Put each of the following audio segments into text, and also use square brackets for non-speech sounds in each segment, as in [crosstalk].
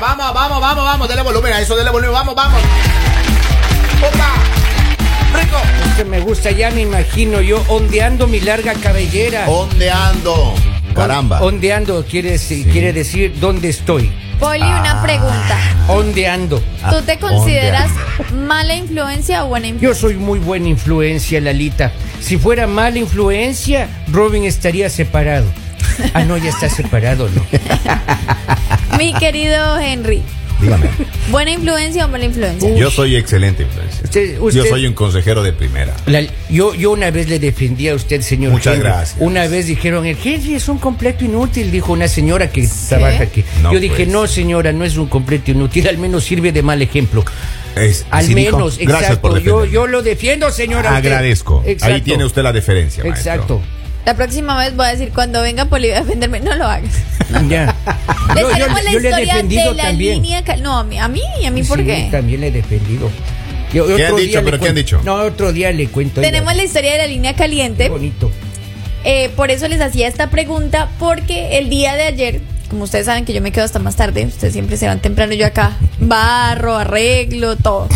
vamos, vamos, vamos. Dele volumen a eso, dele volumen. Vamos, vamos. ¡Opa! ¡Rico! Es que me gusta, ya me imagino yo ondeando mi larga cabellera. Ondeando. Oh, Caramba. Ondeando quiere, decir- quiere decir dónde estoy. Poli, Ah. una pregunta. Ondeando. ¿Tú te consideras mala influencia o buena influencia? Ah, Yo soy muy buena influencia, Lalita. Si fuera mala influencia, Robin estaría separado. Ah, no, ya está separado, [laughs] ¿no? Mi querido Henry, Dígame. [laughs] ¿buena influencia o mala influencia? Yo soy excelente influencia. Usted- usted- Yo soy un consejero de primera. La- yo, yo una vez le defendí a usted, señor. Muchas Henry. gracias. Una vez dijeron, el Henry es un completo inútil, dijo una señora que trabaja aquí. No, yo dije, pues. no, señora, no es un completo inútil, al menos sirve de mal ejemplo. Es- Al así dijo. menos, Gracias exacto. yo, por defenderme. yo lo defiendo, señora. a usted. Agradezco. Ahí Exacto. tiene usted la deferencia, maestro. [laughs] Exacto. La próxima vez voy a decir, cuando venga Poli a defenderme, no lo [laughs] hagas. Ya. Les Yo- yo- haremos la yo le he historia defendido de la también. línea... cal- No, a mí, a mí, ¿y a mí por Sí, qué? También le he defendido. Yo- ¿Qué han otro dicho? día le ¿Pero qué han cuento. dicho? No, otro día le cuento. oiga, Tenemos la historia de la línea qué caliente. [laughs] bonito. Eh, por eso les hacía esta pregunta, porque el día de ayer, como ustedes saben que yo me quedo hasta más tarde, ustedes siempre se van temprano, yo acá barro, arreglo, todo.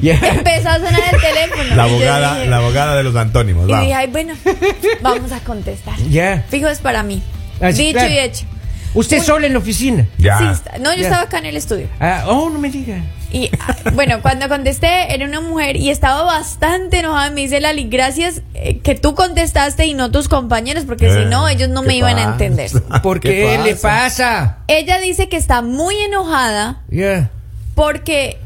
Ya. Empezó a sonar el teléfono. La y yo abogada, dije- la abogada de los antónimos. Y vamos. dije, ay, bueno, vamos a contestar. Ya. Fijo, es para mí. Así, Dicho Ah, claro. y hecho. Usted Uy. sola en la oficina. Ya. Sí, está- no, yo Ya. estaba acá en el estudio. Ah, oh, no me diga. Y ah, bueno, cuando contesté, era una mujer y estaba bastante enojada. Me dice Lali, gracias eh, que tú contestaste y no tus compañeros, porque Eh, si no, ellos no ¿qué me iban pasa? a entender. Ah, ¿Por qué, le pasa? Ella dice que está muy enojada Ya. porque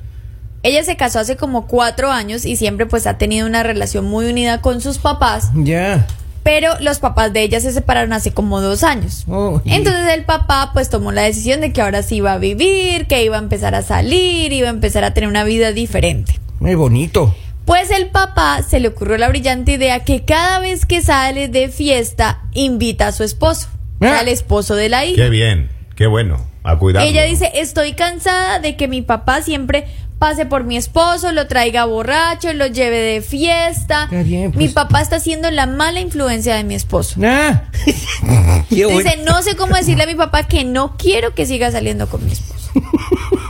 ella se casó hace como cuatro años y siempre pues ha tenido una relación muy unida con sus papás. Ya. Pero los papás de ella se separaron hace como dos años. Oh. Entonces el papá pues tomó la decisión de que ahora sí iba a vivir, que iba a empezar a salir, iba a empezar a tener una vida diferente. Muy bonito. Pues el papá se le ocurrió la brillante idea que cada vez que sale de fiesta invita a su esposo, o sea, Ah. al esposo de la hija. Qué bien. Qué bueno. A cuidarlo. Ella dice, estoy cansada de que mi papá siempre pase por mi esposo, lo traiga borracho, lo lleve de fiesta. Está bien, Mi pues. papá está siendo la mala influencia de mi esposo. [laughs] Ah. Qué bueno. Dice, no sé cómo decirle a mi papá que no quiero que siga saliendo con mi esposo.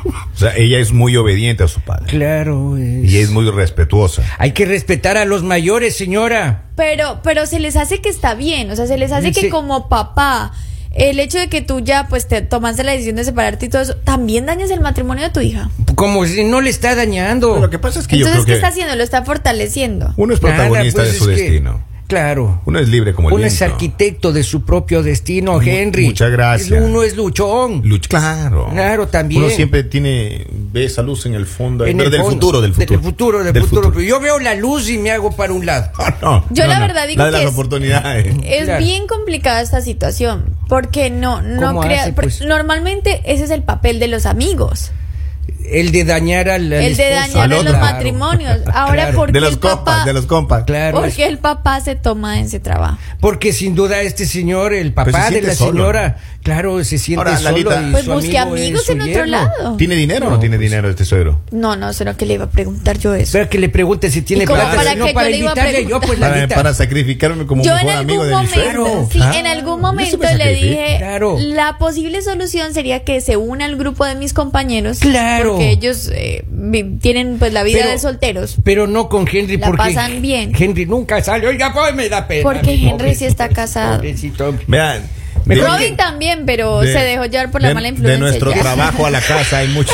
O sea, ella es muy obediente a su padre. Claro. es- Y es muy respetuosa. Hay que respetar a los mayores, señora. Pero, pero se les hace que está bien, o sea, se les hace Sí. que como papá, el hecho de que tú ya pues te tomaste la decisión de separarte y todo eso, también dañas el matrimonio de tu hija. Como si no le está dañando. Lo que pasa es que yo Entonces, creo ¿qué que está haciendo? Lo está fortaleciendo. uno es Nada, protagonista pues, de su es que- destino. Claro. Uno es libre como el Uno es viento. arquitecto de su propio destino, Mu- Henry. muchas gracias. Uno es luchón. Luch- claro. Claro, también. Uno siempre tiene, ve esa luz en el fondo. en pero el del fondo. futuro, del De- futuro. [laughs] del futuro. Yo veo la luz y me hago para un lado. No, no, Yo no, la no. verdad digo La de que las es- oportunidades. Es Claro. bien complicada esta situación, porque no, no ¿Cómo crea, hace, por- pues? normalmente ese es el papel de los amigos, El de dañar al, al el de esposo. dañar Al a los otro. matrimonios. Ahora, Claro. ¿por qué De los el papá, compas, de los compas. Claro. por qué el papá se toma ese trabajo? Porque sin duda este señor, el Pues se papá de siente la solo. señora, claro, se siente Ahora, solo. Lalita. y Pues su busque amigo es amigos su en otro yerno. lado. ¿Tiene dinero o no No, tiene pues- dinero este suegro? No, no, eso es lo que le iba a preguntar yo eso. Espera que le pregunte si tiene ¿Y cómo plata, para si no, qué yo para le iba a invitarle yo, preguntar? pues Para, Lalita. para sacrificarme como Yo en mejor amigo algún de mi momento, suegro. ¿Ah? sí, Claro. en algún Yo sí momento me le sacrifico. dije, Claro. la posible solución sería que se una al grupo de mis compañeros, Claro. porque ellos eh, vi- tienen pues la vida Pero- de solteros. Pero no con Henry La porque pasan bien. Henry nunca sale. Oiga, pues me da pena. Porque mi Henry pobrecito, sí está casado. pobrecito, hombre. Vean. Mejor de- Robin también, pero de- se dejó llevar por la de- mala influencia. De nuestro ya. trabajo a la casa [laughs] hay mucho.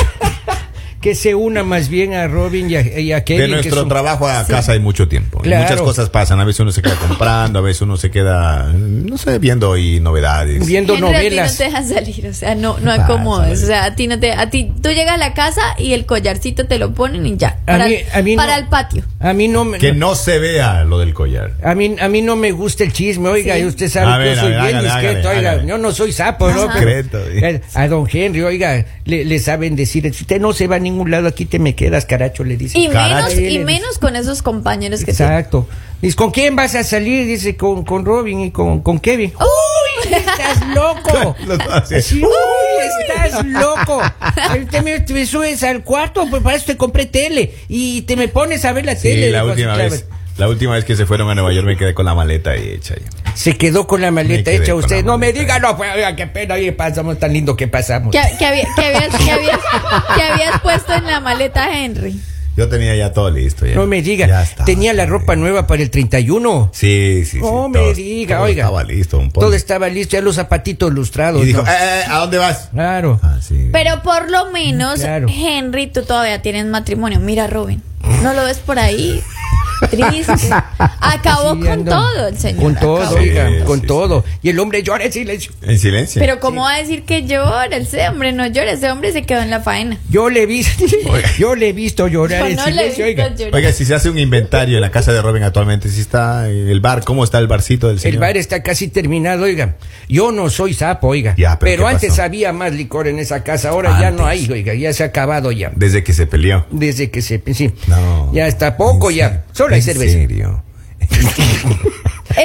Que se una más bien a Robin y a, y a Kevin. de que nuestro son- trabajo a casa hay mucho tiempo. Y Claro. muchas cosas pasan. A veces uno se queda comprando, a veces uno se queda, no sé, viendo y novedades. Viendo Henry, novelas. A ti no te dejan salir, o sea, no, no Pasa, acomodes. Lali. O sea, a ti no te. A ti, tú llegas a la casa y el collarcito te lo ponen y ya. A Para, mí- a mí no. para el patio. A mí no me. Que no se vea lo del collar. A mí, a mí no me gusta el chisme, oiga, Sí. y usted sabe A que ver, yo a soy ver, bien hágale, discreto, hágale, oiga, hágale. yo no soy sapo, ¿no? Ajá. Discreto, sí. Eh, a don Henry, oiga, le, le saben decir, si usted no se va a ningún lado, aquí te me quedas, caracho, le dice. Y Carajo. menos, y menos con esos compañeros que te Exacto. Dice, ¿con quién vas a salir? Dice, con, con Robin y con, con Kevin. ¡Uy! ¡Estás [laughs] loco! Los dos así. Sí, ¡Uy, estás loco! Pero Te me, te me subes al cuarto, pues para eso te compré tele. Y te me pones a ver la Sí, tele. la digo, así, última claro. vez. La última vez que se fueron a Nueva York me quedé con la maleta ahí hecha. ya. se quedó con la maleta Me quedé hecha con usted. la No me maleta. diga, no, fue, oiga, qué pena, oye, pasamos tan lindo que pasamos. ¿Qué, qué había- qué habías, qué habías- qué habías puesto en la maleta, Henry? Yo tenía ya todo listo. ya. No me Ya diga, estaba, tenía la sí. ropa nueva para el 31. Sí, sí, sí. No me diga, todo oiga. Estaba listo, un poco. Todo estaba listo, ya los zapatitos lustrados. Pues, Y dijo, ¿no? "Eh, eh, ¿a dónde vas? Claro. Ah, sí. Pero por lo menos, Claro. Henry, tú todavía tienes matrimonio. Mira, Robin, no lo ves por ahí. Triste. Acabó Sí, con ando- todo el señor. Con todo, acabó. Sí, oiga, sí, con sí. todo. Y el hombre llora en silencio. En silencio. Pero ¿cómo va a decir que llora? Ese hombre no llora, ese hombre se quedó en la faena. Yo le he [laughs] visto, yo le he visto llorar Yo en no le he silencio, visto oiga. llorar. Oiga, si se hace un inventario en la casa de Robin actualmente, si está el bar, ¿cómo está el barcito del señor? El bar está casi terminado, oiga. Yo no soy sapo, oiga. Ya, pero pero ¿qué antes pasó? había más licor en esa casa, ahora ya no Antes. hay, oiga, ya se ha acabado ya. Desde que se peleó. Desde que se... Sí, No. ya está poco ¿En ya. serio? Solo hay ¿En cerveza. serio?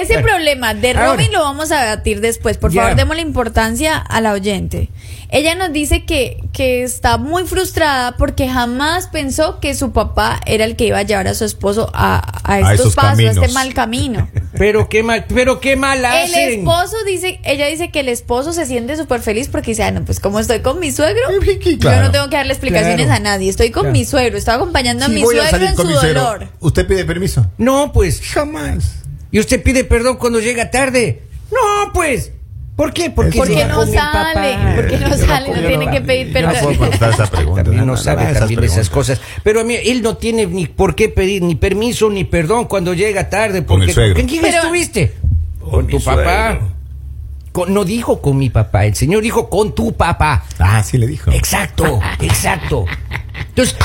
Ese Eh, problema de Ahora. Robin lo vamos a debatir después. Por Ya. favor, démosle importancia a la oyente. Ella nos dice que, que está muy frustrada porque jamás pensó que su papá era el que iba a llevar a su esposo a, a estos esos pasos, a este caminos. Ah, mal [laughs] camino. Pero qué mal, pero qué mal El hacen. esposo dice, ella dice que el esposo se siente súper feliz porque dice, ah, no, pues como estoy con mi suegro, yo Eh, Claro. no tengo que darle explicaciones Claro. a nadie. Estoy con Claro. mi suegro, estoy acompañando a Si mi voy a suegro salir en su con mi suegro, dolor. ¿Usted pide permiso? No, pues. Jamás. Y usted pide perdón cuando llega tarde. No, pues. ¿Por qué? Porque, ¿Por Porque qué se no no come el sale, papá. porque no Yo no sale, como- no yo tiene no- que pedir yo no perdón. puedo [laughs] contestar esa pregunta. También no, sabe esas también esas preguntas. cosas. Pero a mí, él no tiene ni por qué pedir ni permiso ni perdón cuando llega tarde. Con Porque, el suegro. ¿Con quién Pero- estuviste? Con Con mi tu papá. suegro. Con- no dijo con mi papá, el señor dijo con tu papá. Ah, sí le dijo. Exacto, exacto. Entonces,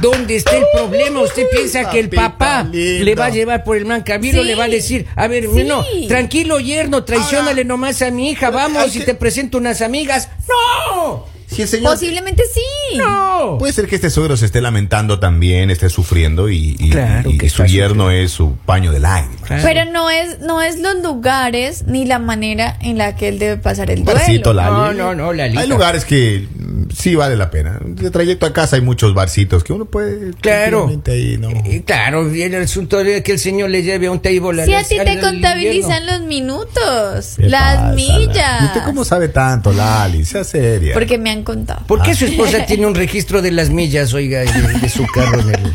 ¿dónde está el problema? ¿Usted piensa que el papita papá linda. le va a llevar por el man camino? Sí. Le va a decir, a ver, Sí. no, tranquilo, yerno, traicionale nomás a mi hija, vamos hay y que- te presento unas amigas. ¡No! Si el señor... Posiblemente sí. ¡No! Puede ser que este suegro se esté lamentando también, esté sufriendo y, y- Claro y- y que su está yerno es su paño de lágrimas. Claro. Pues, Pero no es, no es los lugares ni la manera en la que él debe pasar el Un duelo. barcito, Lali. No, no, no, Lalita. Hay lugares que mm, sí vale la pena. De trayecto a casa hay muchos barcitos que uno puede. Claro. tranquilamente Ahí, ¿no? Eh, Claro, y el asunto de que el señor le lleve a un table Si al- a ti al- te al contabilizan yerno. los minutos, ¿Qué las pasa, Lali? millas. ¿Y usted cómo sabe tanto, Lali? Sea seria. Porque me han contado. ¿Por qué su esposa tiene un registro de las millas, oiga, de, de su carro? en el-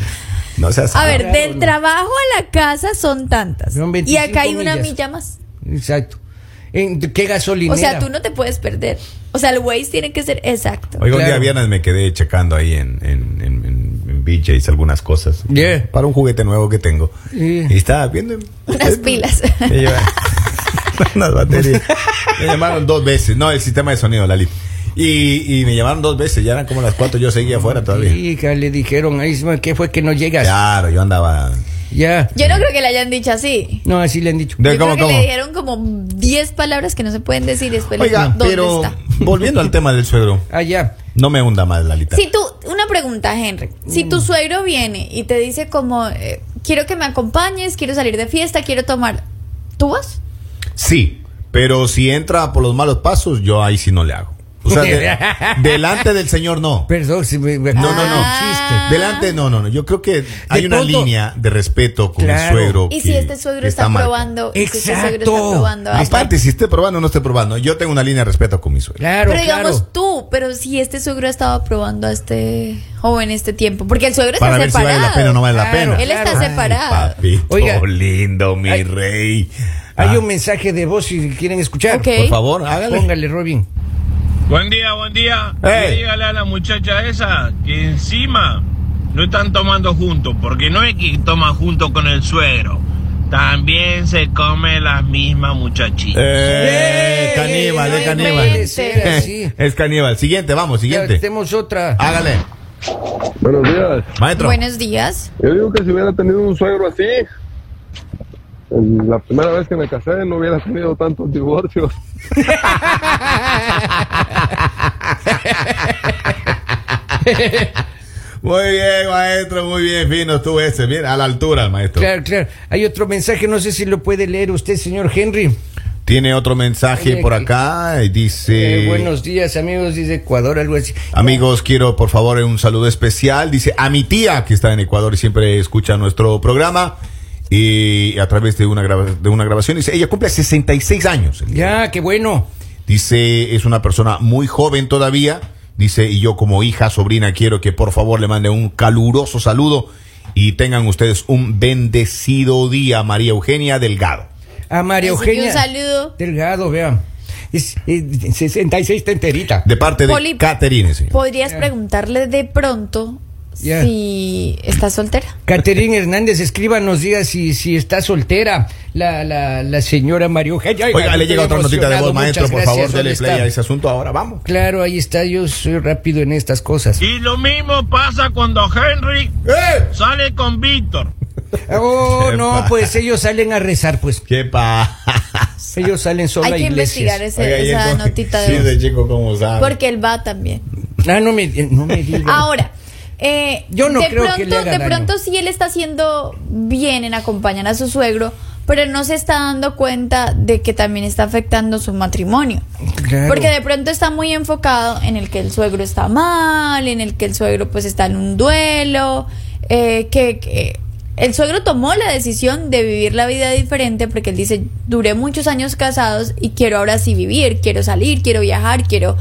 No seas. A ver, Claro, del no. trabajo a la casa son tantas. Son y acá hay 25 una millas. milla más. Exacto. ¿En qué gasolinera? O sea, tú no te puedes perder. O sea, el Waze tiene que ser exacto. Oiga, un Claro. día viernes me quedé checando ahí en, en, en, en- en BJ's algunas cosas. Yeah. Para un juguete nuevo que tengo. Yeah. Y estaba [laughs] viendo. [laughs] [laughs] Unas pilas. Me lleva- unas baterías. Me llamaron dos veces. No, el sistema de sonido, Lali. Y, y me llamaron dos veces. Ya eran como las cuatro. Yo seguía afuera todavía. Hija, le dijeron a Isma que fue que no llegas. Ya. Claro, yo andaba. Yo no creo que le hayan dicho así. No, así le han dicho. De- Yo ¿Cómo, creo que cómo? le dijeron como 10 palabras que no se pueden decir y después le Oiga, dijeron, ¿dónde pero está? volviendo al tema del suegro, Allá. no me hunda más, Lalita. Si tú, una pregunta, Henry. Si tu suegro viene y te dice como, eh, quiero que me acompañes, quiero salir de fiesta, quiero tomar, ¿tú vas? Sí, pero si entra por los malos pasos, yo ahí sí no le hago. O [laughs] sea, de- delante del señor no. Perdón, si me, me- No, no, no. Ah. Delante, no, no, no. Yo creo que hay una pronto- línea de respeto con Claro. el suegro. Y que- si este suegro que está, mal. probando, y si este suegro Exacto. está probando. este- algo. Aparte, si esté probando o no esté probando, yo tengo una línea de respeto con mi suegro. Claro, pero claro. digamos tú, pero si este suegro estaba probando a este joven este tiempo, porque el suegro Para está ver separado. si vale la pena o no vale la Claro, pena. Él está Claro. Ay, separado. Papito Oiga. lindo, mi Hay- rey. Hay Ah, un mensaje de voz si quieren escuchar. Ok. Por favor, hágale. Póngale, Robin. Buen día, buen día. Hey. Dígale a la muchacha esa que encima no están tomando juntos, porque no es que toman junto con el suegro. También se come la misma muchachita. Eh, Yay, caníbal, no eh, puede caníbal. ser así. [laughs] Es caníbal. Siguiente, vamos, Ya, siguiente. Tenemos Ah. otra. Hágale. Buenos días. Maestro. Buenos días. Yo digo que si hubiera tenido un suegro así, en la primera vez que me casé no hubiera tenido tantos divorcios. Muy bien, maestro, muy bien, fino estuvo ese. Bien, a la altura, el maestro. Claro, claro. Hay otro mensaje, no sé si lo puede leer usted, señor Henry. Tiene otro mensaje Oye, por que- acá. y Dice. Eh, buenos días, amigos, desde Ecuador, algo así. Amigos, quiero por favor un saludo especial. Dice a mi tía que está en Ecuador y siempre escucha nuestro programa. Y a través de una, grava- de una grabación dice, ella cumple 66 años. Ya, qué bueno. Dice, es una persona muy joven todavía. Dice, y yo como hija, sobrina, quiero que por favor le mande un caluroso saludo y tengan ustedes un bendecido día, María Eugenia Delgado. A María Así que Eugenia. un saludo. Delgado, vean. Es, eh, 66 tenterita. De parte de Poli- Caterine, señor. ¿Podrías preguntarle de pronto Ya. si está soltera? Caterín Hernández, escríbanos, diga si, si está soltera la, la, la señora María Eugenia. Oiga, le estoy llega otra notita de emocionado, voz, maestro, por muchas favor, gracias, dele ¿dónde play está? a ese asunto [laughs] ahora, vamos. Claro, ahí está, yo soy rápido en estas cosas. Y lo mismo pasa cuando Henry ¡Eh! sale con Víctor. [laughs] Oh, Qué no, pa- pues ellos salen a rezar, pues. ¿Qué pa? Ellos salen solo Hay a que investigar iglesias. ese- Oiga, y esa el- notita Sí, de voz. de chico, ¿cómo sabe? Porque él va también. Ah, no me, no me digan. Ahora, eh, Yo no de creo que pronto, le haga de daño. pronto sí él está haciendo bien en acompañar a su suegro, pero no se está dando cuenta de que también está afectando su matrimonio. Claro. Porque de pronto está muy enfocado en el que el suegro está mal, en el que el suegro pues está en un duelo, eh, que, que el suegro tomó la decisión de vivir la vida diferente porque él dice, duré muchos años casados y quiero ahora sí vivir, quiero salir, quiero viajar, quiero...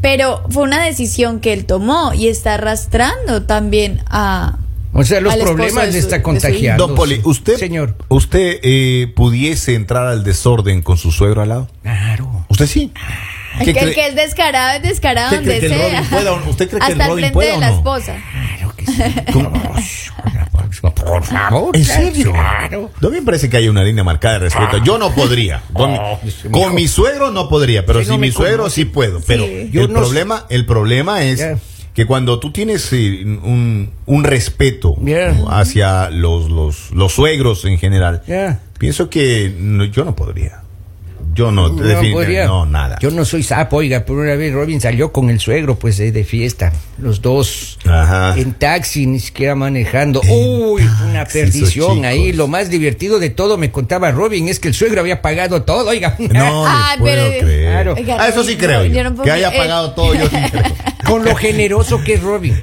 Pero fue una decisión que él tomó y está arrastrando también a... O sea, los al esposo problemas de le su- está de su contagiando. Don Poli, ¿usted, Señor. usted eh, pudiese entrar al desorden con su suegro al lado? Claro. ¿Usted sí? Que el cree- que es descarado es descarado ¿Usted donde cree que el sea. Robin pueda o no? ¿Usted cree que el Hasta Robin frente pueda de o la no? esposa. Claro que sí. pues, Por favor, ¿En claro, serio? claro. A mí me parece que hay una línea marcada de respeto. Yo no podría. [laughs] Con, mi- Ah, Dios mío. con mi suegro no podría, pero Sí, no sin me mi suegro conoce. sí puedo. Pero Yo el, no sé. problema, el problema es Ya. que cuando tú tienes eh, un, un respeto Ya. hacia los, los, los suegros en general, Ya. pienso que no- yo no podría. Yo no, No definitivamente podría. no, nada. Yo no soy sapo, oiga, por una vez Robin salió con el suegro, pues de, de fiesta, los dos. Ajá. En taxi, ni siquiera manejando. Ah. En Uy, una taxi, perdición esos ahí. chicos. Lo más divertido de todo, me contaba Robin, es que el suegro había pagado todo, oiga. [laughs] No le Ay, puedo Ah, pero- creer. Claro. Oiga, Ah, eso sí no, creo. yo. yo no eh. puedo que haya creer. pagado [laughs] todo, yo sí creo. Con lo generoso que es [laughs] Robin.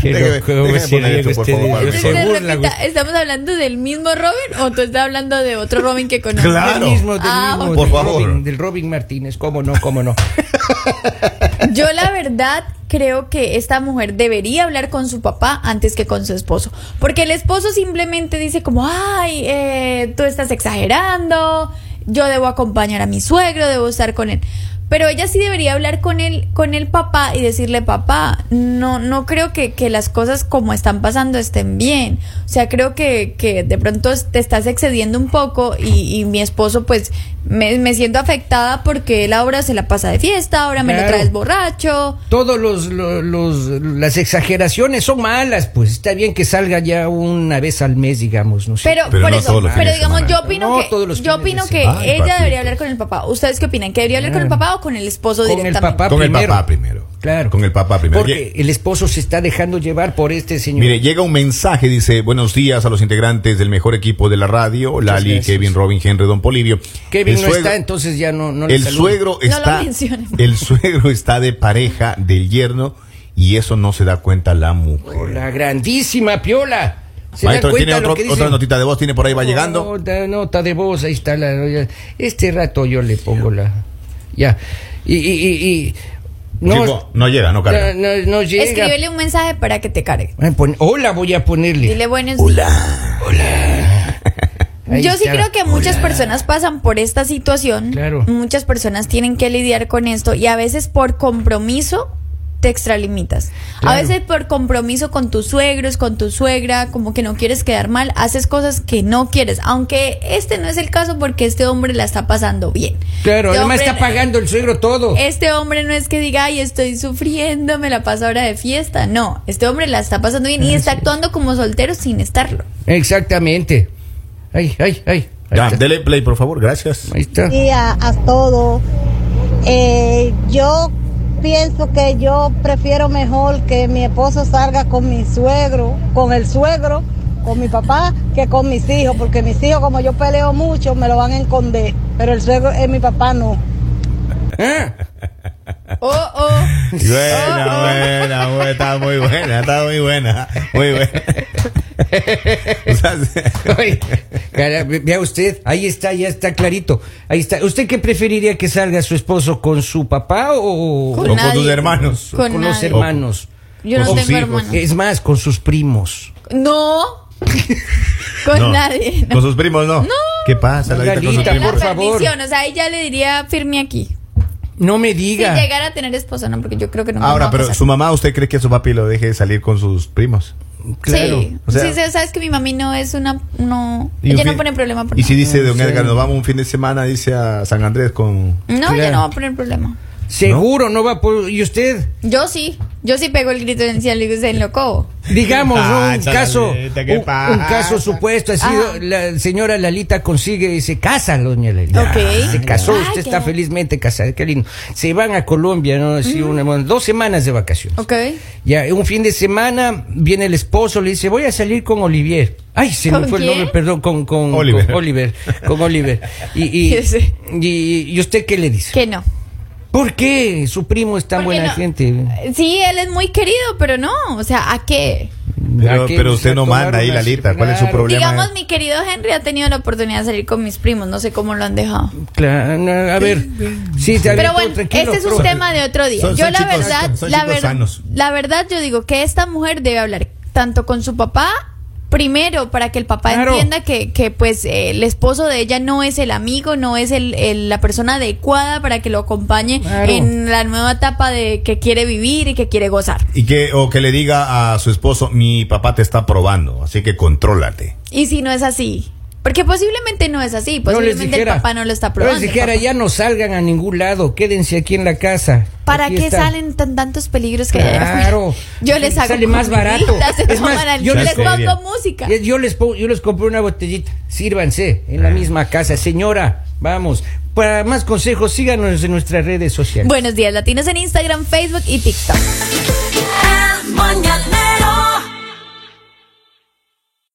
Qué Déjeme- loco, déjeme sería poner esto, que por usted- favor, para se que- Entonces, burla, güey. repita, ¿Estamos hablando del mismo Robin o tú estás hablando de otro Robin que conoces? Claro. Del mismo, del Ah, mismo, por del favor. Robin, del Robin Martínez, cómo no, cómo no. Yo la verdad creo que esta mujer debería hablar con su papá antes que con su esposo. Porque el esposo simplemente dice como, ay, eh, tú estás exagerando, yo debo acompañar a mi suegro, debo estar con él. Pero ella sí debería hablar con el, con el papá y decirle, papá, no, no creo que, que las cosas como están pasando estén bien. O sea, creo que, que de pronto te estás excediendo un poco y, y mi esposo, pues, me, me siento afectada porque él ahora se la pasa de fiesta, ahora me lo Claro. traes borracho. Todos los, lo- los, las exageraciones son malas, pues está bien que salga ya una vez al mes, digamos, no sé. Pero, Pero por no eso, todos los pero fines de digamos, semana. yo opino No todos los que, yo fines de opino que semana. Ay, ella papito. debería hablar con el papá. ¿Ustedes qué opinan? ¿Que debería hablar con el Claro. papá o con el esposo Con el directamente? papá. Con el primero. papá primero. Claro. Con el papá primero. Porque el esposo se está dejando llevar por este señor. Mire, llega un mensaje, dice, buenos días a los integrantes del mejor equipo de la radio, Lali, gracias. Kevin, Robin, Henry, Don Polivio. Kevin El no suegro- está, entonces ya no, no le El saludo. suegro No lo está, menciones. el suegro está de pareja del yerno y eso no se da cuenta la mujer. La grandísima piola. ¿Se da Maestro, cuenta tiene lo otro- que dice? otra notita de voz, tiene por ahí va llegando. Nota, nota de voz, ahí está la. ya. Este rato yo le pongo la. Ya. Y. y, y, y- no, Chico, pues, no llega, no no, carga. no- no llega. Escríbele un mensaje para que te cargue. Ay, pon- hola, voy a ponerle. Dile buenos Ahí Yo sí está. creo que muchas personas pasan por esta situación. Claro. Muchas personas tienen que lidiar con esto y a veces por compromiso te extralimitas. A Claro. veces por compromiso con tus suegros, con tu suegra, como que no quieres quedar mal, haces cosas que no quieres. Aunque este no es el caso porque este hombre la está pasando bien. Claro, Este además hombre- está pagando el suegro todo. Este hombre no es que diga, ay, estoy sufriendo, me la paso ahora de fiesta. No, este hombre la está pasando bien y está actuando como soltero sin estarlo. Exactamente. Ay, ay, ay. Ahí Ya, está. dele play, por favor, gracias. Ahí está. día a todo. Eh, yo pienso que yo prefiero mejor que mi esposo salga con mi suegro, con el suegro, con mi papá, que con mis hijos, porque mis hijos, como yo peleo eh, mucho, me lo van a esconder, pero el suegro es mi papá, no. Ah. [laughs] Oh, oh. Oh, Buena, buena, buena, está muy buena, está muy buena, [laughs] muy buena. [laughs] O sea, [laughs] se- Ay, cara, ve- vea usted, ahí está, ya está clarito. Ahí está. ¿Usted qué preferiría que salga su esposo con su papá o Con- tus hermanos. con, los nadie. hermanos? Yo no con sus tengo hijos. hermanos. Es más, con sus primos. No. con no, nadie. no. Con sus primos no. ¿Qué pasa, Lalita, con sus Lalita, primos? por La favor. permisión, o sea, ahí ya le diría firme aquí. No me Si diga. llegara a tener esposa, no, porque yo creo que no. me va Ahora, a pero pasar. su mamá, ¿usted cree que su papi lo deje salir con sus primos? claro. Sí, o sea- sí, sí, sabes que mi mami no es una, no, Y un ella no fin- pone problema por Y si nada. dice don Sí. Edgar, nos vamos un fin de semana, dice a San Andrés con... No, ella Claro. no va a poner problema. Seguro no va a por- ¿Y usted? Yo sí, yo sí pego el grito en el cielo y se enlocó. Digamos, ¿no? [laughs] Ah, un esa caso, Lalita, ¿qué un, un pasa? caso supuesto ha sido, Ah. la señora Lalita consigue y se casa, doña Lalita. Ah, Ok. Se casó, Ay, usted qué está bueno. felizmente casada, qué lindo. Se van a Colombia, ¿no? Así una- dos semanas de vacaciones. Ok. Ya, un fin de semana viene el esposo, le dice, voy a salir con Olivier. Ay, se me ¿Con fue el quién? nombre, perdón, con, con Oliver. Con Oliver, con Oliver. Y, y, [laughs] Yo sé. y- y usted qué le dice? Que no. ¿Por qué su primo es tan Porque buena no- gente? Sí, él es muy querido, pero no, o sea, ¿a qué? Pero, ¿A qué pero usted se no manda tomaron ahí, las- Lalita, ¿cuál es su Claro. problema? Digamos, mi querido Henry ha tenido la oportunidad de salir con mis primos, no sé cómo lo han dejado. Claro, no, a ver. Sí, te Pero aventó, bueno, tranquilo, este es un pero- tema de otro día. son- yo son la chicos- verdad, son la, chicos ver- sanos. la verdad yo digo que esta mujer debe hablar tanto con su papá primero para que el papá Claro. entienda que, que, pues eh, el esposo de ella no es el amigo, no es el, el- la persona adecuada para que lo acompañe Claro. en la nueva etapa de que quiere vivir y que quiere gozar. Y que, o que le diga a su esposo, mi papá te está probando, así que contrólate. Y si no es así, porque posiblemente no es así, No les posiblemente dijera- pues, el papá no lo está no les probando. el dijera, papá- ya no salgan a ningún lado, quédense aquí en la casa. ¿Para Aquí qué está. salen tan tantos peligros que hay allá afuera? Claro. [laughs] Yo les hago Sale más barato. comida, se Es más, toman al- yo [laughs] les les- pongo música. Eh, Yo les, pongo- yo les compré una botellita. Sírvanse en la misma casa. Señora, vamos. Para más consejos, síganos en nuestras redes sociales. Buenos días, latinos en Instagram, Facebook y TikTok. El mañanero